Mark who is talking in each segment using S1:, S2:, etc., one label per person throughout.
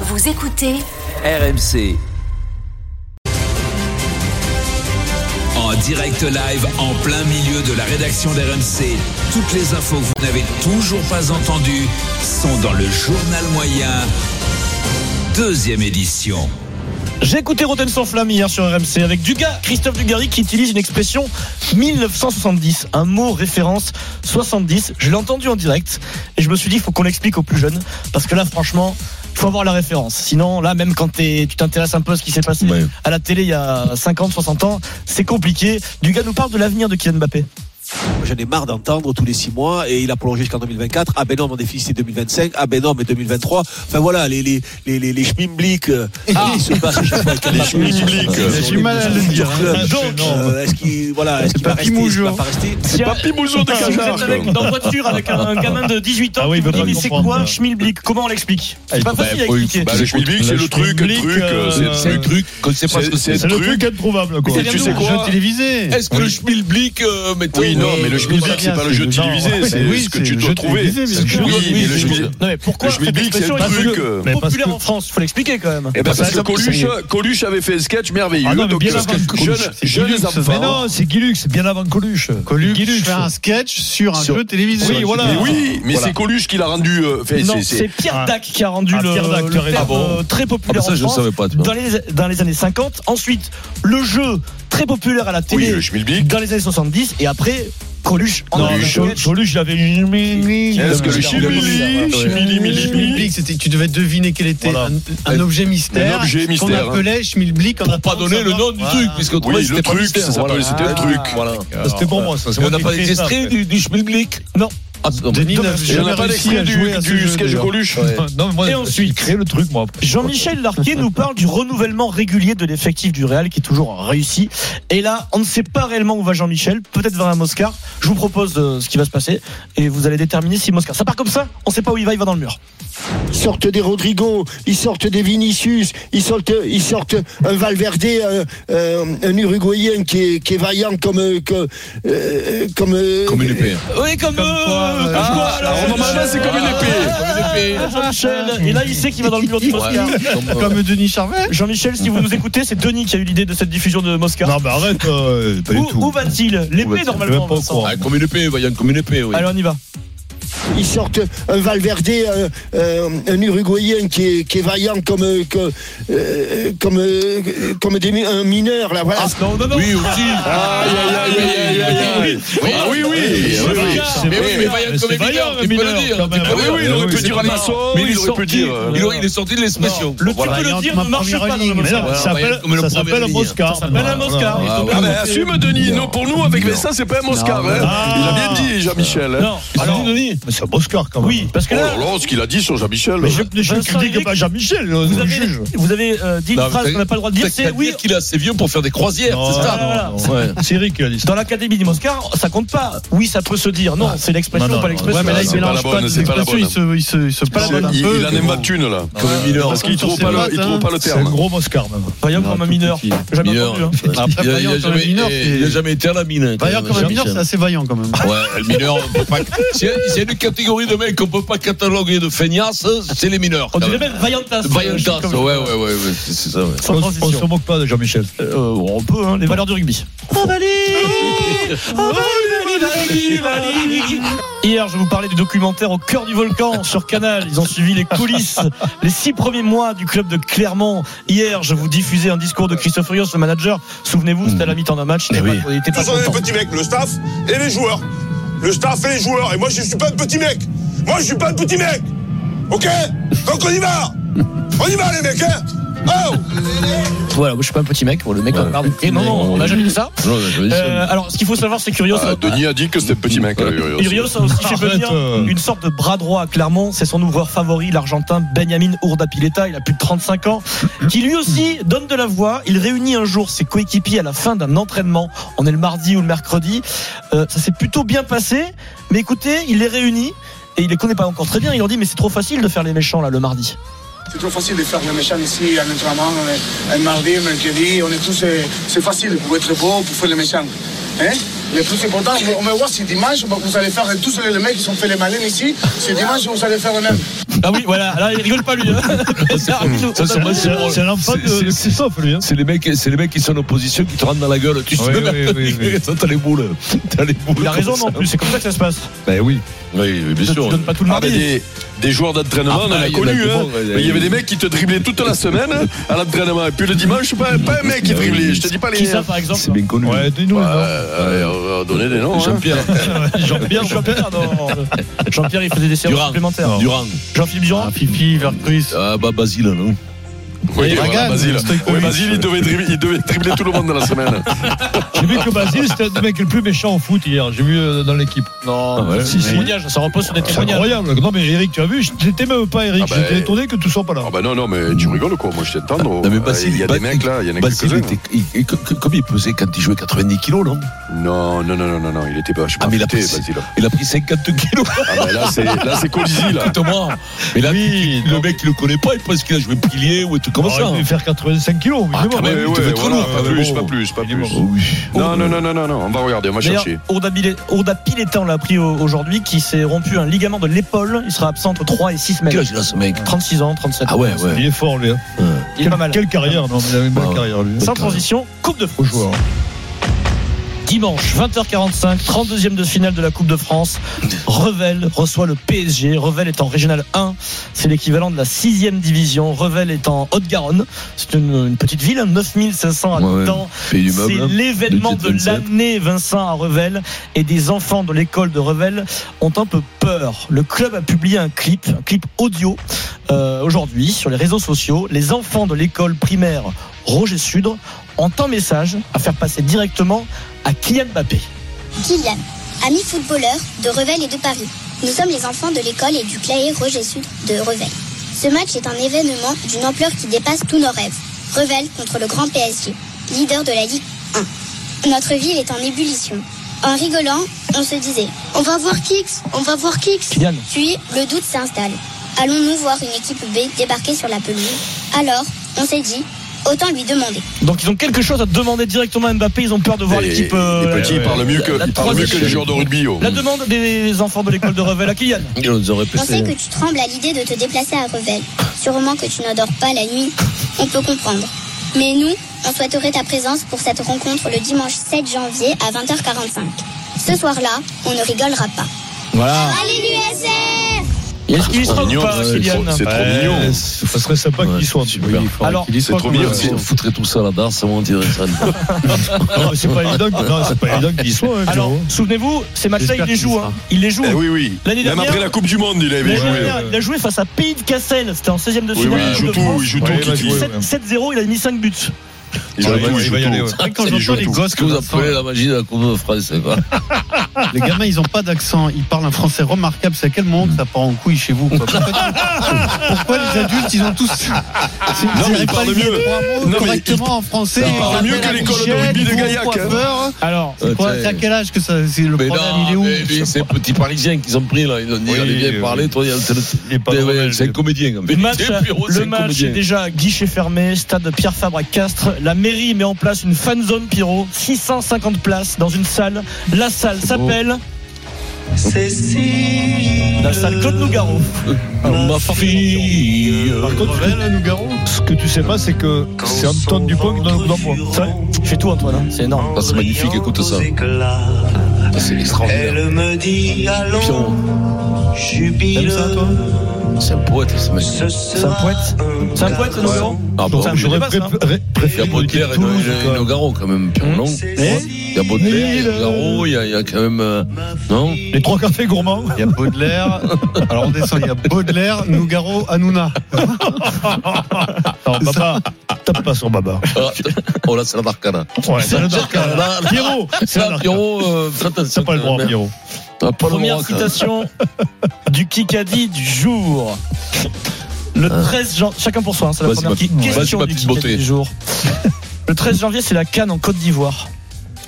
S1: Vous écoutez
S2: RMC. En direct live, en plein milieu de la rédaction d'RMC, toutes les infos que vous n'avez toujours pas entendues sont dans le journal moyen, deuxième édition.
S3: J'ai écouté Rotten sans flamme hier sur RMC avec Dugas, Christophe Dugarry qui utilise une expression 1970, un mot référence 70. Je l'ai entendu en direct et je me suis dit, il faut qu'on l'explique aux plus jeunes parce que là, franchement, faut avoir la référence. Sinon, là, même quand t'es- tu t'intéresses un peu à ce qui s'est passé
S4: Ouais.
S3: à la télé il y a 50, 60 ans, c'est compliqué. Dugas nous parle de l'avenir de Kylian Mbappé.
S5: J'en ai marre d'entendre tous les six mois et il a prolongé jusqu'en 2024. Ah ben non, mon déficit est 2025. Ah ben non, mais 2023. Enfin voilà, les les les les, les schmimbliques, euh,
S6: Ah.
S5: qui se passent à chaque fois. avec
S4: Les
S5: Mbappé,
S4: schmimbliques.
S5: sur- sur-
S4: J'ai
S5: sur-
S6: mal à le
S5: sur-
S6: dire,
S5: sur-
S3: hein.
S5: sur-
S3: Donc,
S5: euh, Est-ce qu'il voilà, est-ce qu'il va
S6: Papy
S5: rester, est-ce qu'il
S6: Mougeot.
S5: va pas rester
S3: C'est
S4: Papy Mougeot de
S3: Vous
S4: Cajard.
S3: êtes avec, dans voiture avec un, gamin de 18 ans
S6: Ah oui, il
S3: qui vous
S6: veut
S3: dit
S6: pas
S3: mais c'est
S6: comprendre.
S3: quoi Schmilblick Comment on l'explique C'est pas
S6: Bah,
S3: facile à
S6: faut-
S3: expliquer.
S4: Bah, le schmilblick, c'est le truc, le
S6: schmilblick,
S4: truc, euh,
S6: euh,
S4: c'est- c'est le truc, que c'est pas ce que c'est.
S6: C'est le truc introuvable, quoi.
S4: Mais tu sais quoi
S6: Jeu télévisé.
S4: Est-ce que le schmilblick, euh, mettons- Oui, non, mais le
S3: Eh
S4: schmilblick, c'est pas le jeu
S6: Non,
S4: télévisé,
S6: ouais,
S4: c'est
S6: oui,
S4: ce que
S6: c'est
S4: tu
S6: le
S4: dois
S6: jeu
S4: trouver.
S6: télévisé, bien sûr.
S4: Oui,
S6: Oui,
S4: mais
S6: oui,
S4: le
S6: oui.
S4: schmilblick.
S3: Non, mais pourquoi
S4: Le
S3: cette
S4: schmilblick, c'est
S3: expression
S4: le
S3: est devenue
S4: truc, euh,
S6: Mais parce
S3: populaire
S6: que-
S3: en France Faut l'expliquer quand même.
S4: Eh ben, parce que Coluche,
S6: c'est-
S4: Coluche avait fait un sketch merveilleux.
S6: Ah non, mais
S4: donc,
S6: bien
S4: euh,
S6: avant Coluche.
S4: jeune-
S6: C'est
S4: jeunes
S6: Guilux. Mais
S4: enfants.
S6: non, c'est Guilux, c'est bien avant Coluche.
S7: Coluche
S6: Guilux.
S7: fait un sketch sur un
S6: Sur-
S7: jeu télévisé.
S6: Oui, voilà.
S4: Mais oui, mais
S6: Voilà.
S4: c'est Coluche qui l'a rendu. euh, fait,
S3: Non,
S4: c'est-
S3: c'est
S4: c'est-
S3: Pierre
S6: Ah.
S3: Dac qui a rendu
S6: Ah,
S3: le,
S6: Pierre Dac,
S3: le
S6: t'as raison.
S3: terme,
S6: Ah bon
S3: euh, très populaire
S2: ça,
S3: en
S2: je
S3: France
S2: savais pas, tu vois.
S3: dans, les, dans les années 50. Ensuite, le jeu très populaire à la
S4: Oui,
S3: télé
S4: le schmilblick.
S3: dans les années 70 et après Coluche en
S6: Non,
S3: Europe.
S6: Col- Coluche, il avait une.
S4: Est-ce que le
S6: Ouais.
S4: schmilblick, schmilblick, schmilblick,
S7: Schmilblick, c'était tu devais deviner quel était
S6: Voilà.
S7: un, un objet mystère,
S4: Un objet mystère,
S7: qu'on appelait Schmilblick.
S2: Pour pas donner le nom du truc, puisqu'on trouvait
S4: Oui,
S2: que
S4: le
S2: c'était pas
S4: truc,
S2: mystère.
S4: ça s'appelle-
S2: Voilà.
S4: c'était le truc.
S6: Ça, C'était pour moi, ça. c'est
S2: Mais
S6: moi
S2: on n'a
S6: qui
S2: pas
S6: ai
S2: des
S6: créé ça,
S2: extraits
S6: après.
S2: du, du schmilblick
S3: Non.
S2: Ah, non, mais-
S7: Denis n'a
S4: Et on
S7: jamais
S4: n'a pas
S7: réussi
S4: d'extrait
S7: à jouer à
S4: du,
S7: ce
S4: du
S7: jeu,
S4: sketch
S7: d'ailleurs.
S4: Coluche.
S6: Non, mais moi,
S3: Et
S6: j'ai
S3: ensuite-
S6: créé le truc, moi. après.
S3: Jean-Michel Larquet nous parle du renouvellement régulier de l'effectif du Real qui est toujours réussi. Et là, on ne sait pas réellement où va Jean-Michel, peut-être vers un Moscar. Je vous propose euh, ce qui va se passer et vous allez déterminer si Moscar. Ça part comme ça, on ne sait pas où il va, il va dans le mur.
S8: Ils sortent des Rodrigo, ils sortent des Vinicius, ils sortent, ils sortent un Valverde, euh, euh, un Uruguayen qui est, qui est vaillant comme euh, que- euh, comme euh,
S2: Comme une épée.
S3: Oui, comme, euh, comme
S7: euh,
S3: quoi,
S4: Ah,
S3: alors,
S4: Normalement, c'est comme une épée.
S3: Ah, Jean-Michel, et là, il sait qu'il va dans le mur du Moscar.
S7: Comme Denis Charvet.
S3: Jean-Michel, si vous nous écoutez, c'est Denis qui a eu l'idée de cette diffusion de Moscar.
S6: Non, mais arrête, euh, pas du
S3: où
S6: tout.
S3: où va-t-il
S6: Où
S3: L'épée,
S6: va-t-il
S3: normalement.
S6: Même pas au
S3: Vincent.
S6: courant.
S2: Ah, Comme une épée, voyons, comme une épée, oui.
S3: Allez, on y va.
S8: ils sortent un Valverde, euh, euh, un Uruguayen qui est, qui est vaillant comme euh, que- euh, comme euh, comme des mi- un mineur là voilà.
S3: Ah, Non, non, non.
S2: Oui, aussi.
S4: Aïe, aïe, aïe, aïe, aïe, aïe. Ah oui, oui.
S6: C'est
S4: oui, oui.
S6: vaillant,
S2: Mais oui, mais Vaillant
S6: mais
S2: comme
S6: c'est
S2: Évident,
S6: vaillant,
S2: tu peux le
S6: Évident,
S2: dire.
S6: quand même.
S2: Tu peux-
S4: Ah oui, oui, il aurait pu
S2: c'est
S4: dire
S2: pas
S4: maçon,
S2: mal.
S4: il
S2: est
S4: aurait pu
S2: sorti-
S4: dire, euh,
S2: il aurait- Il est sorti de l'expression.
S3: Le
S4: Voilà,
S3: tu peux le
S7: Vaillant,
S3: dire
S7: ma
S3: ne marche
S7: première
S3: pas dans le
S7: ligne.
S6: Mais
S3: Moscar.
S6: non, ça
S2: Vaillant
S6: s'appelle-
S2: comme le
S6: ça
S2: premier
S6: s'appelle un
S2: ligne.
S6: Moscar.
S3: Ça s'appelle un Moscar.
S2: Ah ouais.
S4: Ah ben assume Denis, nous pour nous avec Vincent c'est pas un Moscar hein.
S6: Ah.
S4: Il a bien dit Jean-Michel. hein.
S3: Non, alors,
S6: Denis Mais c'est un Moscar, quand même.
S3: oui, parce
S4: Oh
S3: que là,
S4: là là, ce qu'il a dit sur Jean-Michel.
S6: Mais je
S3: Vincent,
S6: ne critique
S3: Eric,
S6: pas Jean-Michel, on
S3: vous avez,
S6: juge.
S3: vous avez euh, dit une
S2: Non,
S3: phrase
S2: mais
S3: qu'on n'a pas le droit de dire,
S2: T'as qu'à
S3: c'est oui,
S2: dire qu'il est assez vieux pour faire des croisières, c'est ça
S3: voilà,
S6: Non, non, C'est Eric qui a dit ça.
S3: dans l'Académie des Moscars, ça compte pas. Oui, ça peut se dire. Non, c'est l'expression,
S6: Non, non,
S3: pas
S6: non.
S3: l'expression. Ah,
S7: Ouais, mais là,
S4: c'est
S7: il
S4: pas la
S7: mélange
S4: bonne,
S7: pas les
S4: c'est pas la
S7: expressions, il se, il se, il se palabre un
S4: Il,
S7: peu.
S4: il en aime une là.
S2: Comme un mineur.
S4: Parce qu'il trouve pas le, il trouve pas le
S6: C'est un
S4: terme.
S6: gros Moscar, même.
S3: Vaillant comme un mineur. Jamais entendu. hein.
S2: Après, il a- il
S7: Vaillant
S2: a
S7: comme un
S2: jamais-
S7: mineur,
S2: eh, il a
S7: c'est-
S2: jamais été à la mine. hein, quand
S7: Vaillant
S2: même,
S7: comme un mineur,
S2: Jean-Michel.
S7: c'est assez vaillant quand même.
S2: Ouais, le mineur, on peut pas. S'il y a- s'il y a une catégorie de mecs qu'on peut pas cataloguer de feignasses, c'est les mineurs.
S3: On
S2: quand
S3: dirait
S2: même.
S3: même vaillantasse.
S2: Vaillantasse, ouais, ouais,
S6: Ah
S2: ouais, ouais, c'est c'est ça, ouais.
S3: Sans
S6: On
S3: transition.
S6: on se moque pas de Jean-Michel.
S3: Euh, on peut, hein, les valeurs du rugby. Hier, je vous parlais du documentaire Au cœur du volcan sur Canal. Ils ont suivi les coulisses, les six premiers mois du club de Clermont. Hier, je vous diffusais un discours de Christophe Rios, le manager. Souvenez-vous, c'était à la mi-temps d'un match. Il
S2: Mais
S3: n'était pas- il était pas
S9: Ils ont
S3: content.
S9: les petits mecs, le staff et les joueurs. Le staff et les joueurs. Et moi, je suis pas de petit mec. Moi, je suis pas de petit mec. Ok Donc on y va On y va, les mecs, hein Oh
S3: Voilà, moi, je suis pas un petit mec. Bon, le mec, on parle. Et non, non, on n'a jamais dit ça.
S2: Non, je veux dire,
S3: Euh, alors, ce qu'il faut savoir, c'est euh, que Rios.
S4: Ah, Denis a dit que c'était le petit mec. là, Urios.
S3: Urios a aussi fait
S6: Arrête,
S3: venir
S6: euh.
S3: une sorte de bras droit à Clermont. C'est son ouvreur favori, l'Argentin Benjamin Urda Pileta. Il a plus de 35 ans, qui lui aussi donne de la voix. Il réunit un jour ses coéquipiers à la fin d'un entraînement. On est le mardi ou le mercredi. Euh, ça s'est plutôt bien passé. Mais écoutez, il les réunit. Et il les connaît pas encore très bien. Il leur dit mais c'est trop facile de faire les méchants là le mardi.
S10: C'est trop facile de faire le méchant ici, un entraînement, euh, un mardi, un mercredi, on est tous. euh, C'est facile pour être beau, pour faire le méchant. Hein Le plus important, on va voir si dimanche, vous allez faire tous les mecs qui ont fait les malines ici. Si dimanche, vous allez faire le même.
S3: Ah oui, voilà, là il rigole pas lui. hein. C'est un arbitre.
S4: Ça, c'est- c'est-
S6: C'est l'enfant de de Christophe, lui. hein.
S4: C'est les mecs, c'est les mecs qui sont en opposition qui te rentrent dans la gueule. Tu
S6: Oui,
S4: sais,
S6: oui, oui, oui.
S4: ça t'as les boules. T'as les boules.
S3: Il a
S4: comme
S3: raison
S4: ça.
S3: non plus, c'est comme ça que ça se passe.
S6: Ben oui.
S4: Oui, oui, bien
S3: Tu
S4: sûr.
S3: donnes pas tout le
S4: Ah,
S3: mardi.
S4: mais des, des joueurs d'entraînement,
S6: Ah,
S4: on en
S6: bah,
S4: a
S6: il y en a
S4: connu.
S6: qui
S4: hein.
S6: vont, ouais,
S4: Mais il y avait des mecs qui te driblaient toute la semaine hein, à l'entraînement. Et puis le dimanche, pas, pas un mec
S6: Ah,
S4: qui driblait. Je te dis pas les.
S3: Qui ça par exemple
S6: C'est bien connu.
S4: Ouais,
S6: dis-nous.
S4: Bah, euh, on va donner des noms. hein.
S6: Jean-Pierre.
S3: Jean-Pierre, Jean-Pierre, non. Jean-Pierre, il faisait des séances
S4: Durand.
S3: supplémentaires.
S4: Durand.
S3: Jean-Philippe Durand.
S7: Fifi, Vercruz.
S6: Ah, bah, Basile, non
S4: Oui,
S7: Dragan,
S4: voilà, Basile.
S7: Stojkovic.
S4: Oui, Basile, il devait, dribbler, il devait dribbler tout le monde dans la semaine.
S6: J'ai vu que Basile, c'était le mec le plus méchant au foot hier. J'ai vu euh, dans l'équipe.
S3: Non,
S6: Ah ouais.
S3: si,
S6: Oui.
S3: témoignage, ça repose sur des
S6: C'est
S3: témoignages.
S6: incroyable. Non, mais Eric, tu as vu J'étais même pas Eric.
S4: Ah, bah,
S6: J'étais étonné que tout soit pas là.
S4: Ah bah non, non, mais tu rigoles quoi, moi je t'attends.
S1: Non, mais Basile,
S4: il y a des
S1: Basile-
S4: mecs là, il y en a
S1: Basile
S4: quelques-uns.
S1: était- il- il- que- que- comme il pesait quand il jouait 90 kilos, non
S6: Ah,
S4: Non, non, non, non, non, non, il était pas. Je sais
S1: Ah,
S4: pas,
S1: mais il a
S4: était,
S1: pris-
S4: Basile.
S1: Il a pris 50 kilos.
S4: Ah bah là, c'est là, c'est Colisi là.
S1: Écoute-moi. Mais là,
S6: Oui,
S1: le
S6: non.
S1: mec, il le connaît pas. Il pense qu'il a joué pilier ou un truc comme
S6: Ah,
S1: ça.
S6: Il devait faire 85 kilos.
S1: Ah, quand
S6: évidemment.
S1: même,
S4: Ouais,
S1: il devait
S4: ouais,
S1: être
S4: voilà,
S1: lourd.
S4: pas
S1: quand même.
S4: plus, pas plus, pas plus.
S2: Oh
S1: Oui.
S4: Non, non, non, non, non, non, on va regarder, on va
S3: D'ailleurs,
S4: chercher.
S3: Urda Bile- Urda Pileta, on l'a appris au- aujourd'hui, qui s'est rompu un ligament de l'épaule. Il sera absent entre 3 et 6
S1: Quel
S3: semaines.
S1: âge il a, ce mec
S3: 36 ans, 37 ans.
S1: Ah ouais, ouais.
S6: Il est fort, lui. hein.
S3: Il est pas mal.
S6: Quelle carrière, non mais Il a une
S1: Ouais.
S6: belle carrière, lui.
S3: Sans transition, Coupe de France.
S6: joueur.
S3: Dimanche, 20h45, 32e de finale de la Coupe de France. Revel reçoit le PSG. Revel est en Régional 1. C'est l'équivalent de la 6e division. Revel est en Haute-Garonne. C'est une, une petite ville, hein, 9500
S1: Ouais, ouais.
S3: habitants.
S1: Pays du
S3: C'est
S1: meuble. hein.
S3: l'événement
S1: Le
S3: de
S1: titre 27.
S3: l'année, Vincent, à Revel. Et des enfants de l'école de Revel ont un peu peur. Le club a publié un clip, un clip audio, euh, aujourd'hui, sur les réseaux sociaux. Les enfants de l'école primaire Roger Sudre ont un message à faire passer directement à Kylian Mbappé.
S11: Kylian, ami footballeur de Revel et de Paris. Nous sommes les enfants de l'école et du Claé Roger Sud de Revel. Ce match est un événement d'une ampleur qui dépasse tous nos rêves. Revel contre le grand PSG, leader de la Ligue 1. Notre ville est en ébullition. En rigolant, on se disait On va voir Kix, on va voir Kix.
S3: Kylian.
S11: Puis le doute s'installe. Allons-nous voir une équipe B débarquer sur la pelouse Alors, on s'est dit Autant lui demander.
S3: Donc ils ont quelque chose à demander directement à Mbappé. Ils ont peur de voir
S4: Et-
S3: l'équipe. euh,
S4: les
S3: la-
S4: petits, ils parlent mieux que,
S3: la
S4: ils parlent mieux que les
S3: troisième.
S4: joueurs de rugby. oh.
S3: La demande des enfants de l'école de Revel à Kylian.
S1: Il nous aurait
S11: On sait
S1: passé.
S11: que tu trembles à l'idée de te déplacer à Revel. Sûrement que tu n'adores pas la nuit. On peut comprendre. Mais nous, on souhaiterait ta présence pour cette rencontre le dimanche 7 janvier à 20h45. Ce soir-là, on ne rigolera pas.
S3: Voilà.
S11: Allez l'USR
S3: Est-ce qu'il y sera ou
S4: mignon,
S3: pas,
S11: Ah,
S4: ouais,
S3: Kylian
S4: c'est trop
S6: Ouais,
S4: mignon.
S6: c'est- Ça serait sympa
S1: Ouais,
S6: qu'il soit en
S1: super.
S6: Turquie. Il faudrait
S3: Alors,
S6: qu'il y ait-
S4: C'est trop mignon.
S1: Si on foutrait tout ça à la barre, ça m'en dirait ça.
S6: Non, mais c'est pas évident que- non, c'est pas évident qu'il y soit. hein,
S3: Alors,
S6: Pierrot.
S3: souvenez-vous, ces matchs-là, il
S6: J'espère
S3: les
S6: qu'il
S3: joue.
S6: sera.
S3: hein. Il les joue.
S4: Eh oui, oui.
S3: L'année
S4: Même
S3: dernière-
S4: après la Coupe du Monde, il
S3: Il
S4: avait
S3: a
S4: joué.
S3: joué, hein. il a joué face à Pays de Cassel, c'était en 16e de
S4: Oui, oui,
S3: finale.
S4: il
S3: de
S4: joue tout,
S3: France.
S4: il joue
S6: Ouais,
S4: tout,
S6: il va
S4: Kiki.
S6: jouer, ouais.
S3: 7-0, il a mis 5 buts.
S4: Il joue
S6: Ouais,
S4: tout,
S6: il
S4: il
S6: va y
S4: joue
S6: aller,
S4: tout.
S6: ouais.
S3: C'est vrai que quand
S4: Il
S3: j'entends
S4: joue
S3: les
S4: tout.
S1: Ce que vous
S6: hein.
S1: appelez la magie de la Coupe de France, c'est quoi
S7: Les gamins, ils n'ont pas d'accent. Ils parlent un français remarquable. C'est à quel moment que ça part en couille chez vous quoi Pourquoi- Pourquoi les adultes, ils ont tous.
S4: mais
S7: diraient
S4: ils
S7: pas
S4: parlent
S7: les
S4: mieux.
S7: trois mots
S4: Non, mais
S7: correctement en français.
S1: ils parlent
S4: mieux que l'école de rugby de Gaillac, hein.
S3: Alors,
S1: Euh,
S7: C'est quoi-
S1: t'sais.
S7: c'est à quel âge que ça, c'est le
S1: Mais
S7: problème
S1: non,
S7: Il est où
S1: mais lui, c'est petit parisien qu'ils ont pris là. Ils ont dit,
S6: Oui,
S1: allez, viens
S6: oui.
S1: parler. Toi, il y a- c'est le- Eh
S6: Il est pas
S1: Ouais,
S6: mauvais,
S1: c'est un comédien. en
S3: le
S1: fait.
S3: match,
S1: C'est un bureau, c'est
S3: le
S1: un
S3: match est
S1: comédien.
S3: déjà à guichet fermé, stade Pierre Fabre à Castres. La mairie met en place une fan zone pyro, 650 places dans une salle. La salle s'appelle. La salle Claude Nougaro.
S1: Ma fille.
S6: Par contre, ce que tu sais pas, c'est que c'est Antoine Dupont qui donne le coup d'envoi.
S3: Je fais tout, Antoine, hein, c'est énorme.
S1: Ah, C'est magnifique, écoute ça. C'est extraordinaire.
S10: Elle me dit allons,
S1: Pierrot,
S10: jubile.
S1: c'est un poète, ce mec.
S3: C'est un poète. C'est un poète, Nougaro
S1: Ah, bah,
S3: Ça me
S1: oui.
S6: J'aurais
S3: dépasse,
S6: pré-
S3: hein.
S6: pré-
S1: Il y a
S6: préféré.
S1: Baudelaire et
S6: Toulouse, quoi.
S1: Nogaro quand même, Pierre,
S6: Hein
S1: non Il y a Baudelaire, il y a Nogaro, il y a- il y a quand même. euh, Non
S6: Les trois cafés gourmands.
S7: Il y a Baudelaire. Alors on descend, il y a Baudelaire, Nougaro, Hanouna.
S6: Alors, Baba, tape pas sur Baba.
S1: Ah, Oh là, c'est la Darkana.
S6: Ouais, c'est le dark.
S1: Là, là,
S6: Pierrot, c'est
S1: là,
S6: le dark.
S1: Pierrot, euh, fais attention.
S6: T'as pas le droit, Pierrot.
S1: T'as Ah, pas le
S3: Première
S1: droit, quand même.
S3: citation du Kikadi du jour. Le 13 janvier, chacun pour soi, hein, c'est la
S1: Ah. Vas-y,
S3: première
S1: ma-
S3: qui-
S1: vas-y,
S3: question
S1: ma
S3: du
S1: petite
S3: Kikadi
S1: beauté.
S3: du jour. Le 13 janvier, c'est la Cannes en Côte d'Ivoire.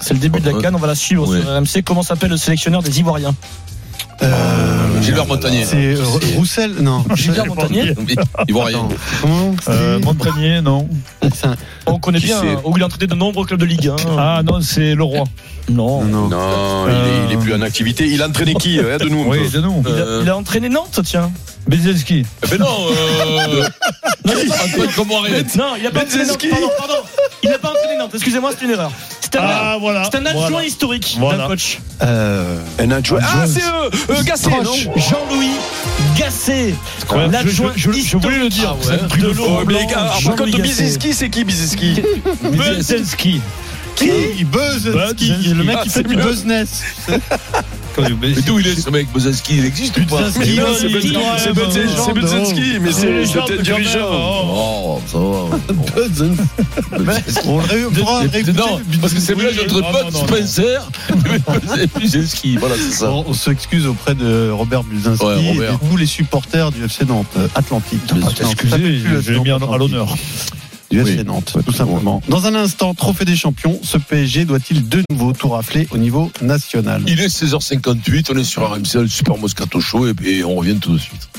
S3: C'est le début de la
S1: Ouais.
S3: Cannes, on va la suivre
S1: Ouais.
S3: sur RMC. Comment s'appelle le sélectionneur des Ivoiriens
S2: Gilbert Montagnier.
S6: C'est euh, Roussel Non.
S3: Gilbert Montagnier
S2: Oui, Ils vont rien.
S6: Comment
S5: Euh, Montagnier, non.
S3: On connaît
S2: Qui
S3: bien,
S2: c'est
S3: hein, où il a entraîné de nombreux clubs de Ligue 1.
S5: Ah non, c'est Leroy.
S3: Non.
S6: Non.
S4: Non, il, est, il est plus en activité. Il a entraîné qui euh, de nous un
S5: Oui,
S4: peu
S5: de nous.
S3: Il
S1: Euh.
S3: a, il a entraîné Nantes, tiens.
S5: Bezinski.
S2: Mais non, euh.
S6: Ah,
S2: Antoine Comoré.
S3: Non, il n'a pas entraîné Nantes.
S4: Benzeski.
S3: Pardon, pardon. Il n'a pas entraîné Nantes. Excusez-moi, c'est une erreur. C'est un,
S5: Ah, voilà.
S3: c'est un adjoint
S5: Voilà.
S3: historique d'un
S5: Voilà.
S3: coach.
S6: Euh,
S4: Un adjoint. Ah, c'est euh, euh, Gasset, non
S3: Proche, Jean-Louis Gasset.
S5: Ouais, je-
S3: L'adjoint
S5: je- je- je voulais le dire,
S3: historique
S5: ça me prie
S3: de
S5: de fou.
S3: Laurent
S4: Oh, mais les gars,
S3: Blanc,
S4: alors, Par
S3: Jean-Louis
S4: contre,
S3: Gasset.
S4: Bizinski, c'est qui Bizinski
S5: Bezinski.
S6: Qui Il buzz.
S5: Buzz.
S6: Le mec qui
S4: Ah,
S6: fait
S4: c'est
S6: du
S4: mieux.
S6: business.
S2: Mais d'où il est ce mec Bozaski Il existe ou pas
S5: Putain,
S4: Mais non, c'est
S5: il-
S4: Benzeski,
S5: ouais,
S4: c'est
S5: bah,
S4: Benze-
S5: ouais,
S4: c'est
S5: non,
S4: Benzeski,
S5: non.
S4: mais c'est-
S5: les
S4: c'était
S5: gens,
S4: le
S5: quand
S4: dirigeant.
S5: même, oh.
S2: Oh, ça va.
S6: On le ré- on pourra réécouter
S2: Non,
S6: le business.
S2: parce que c'est vrai,
S6: Oui,
S2: notre
S6: non,
S2: pote
S6: non, non.
S2: Spencer, c'est Buzinski. Voilà, c'est ça.
S6: On, on s'excuse auprès de Robert Buzinski
S2: Ouais, Robert.
S6: et de tous les supporters du FC Nantes euh, Atlantique.
S2: Mais
S6: Non,
S5: Excusez,
S6: plus le
S5: je l'ai mis
S6: Atlantique.
S5: à l'honneur.
S6: Du
S2: Oui.
S6: FC Nantes, tout simplement. Dans un instant, trophée des champions, ce PSG doit-il de nouveau tout rafler au niveau national
S2: Il est 16h58, on est sur RMC, le Super Moscato Show, et, et on revient tout de suite.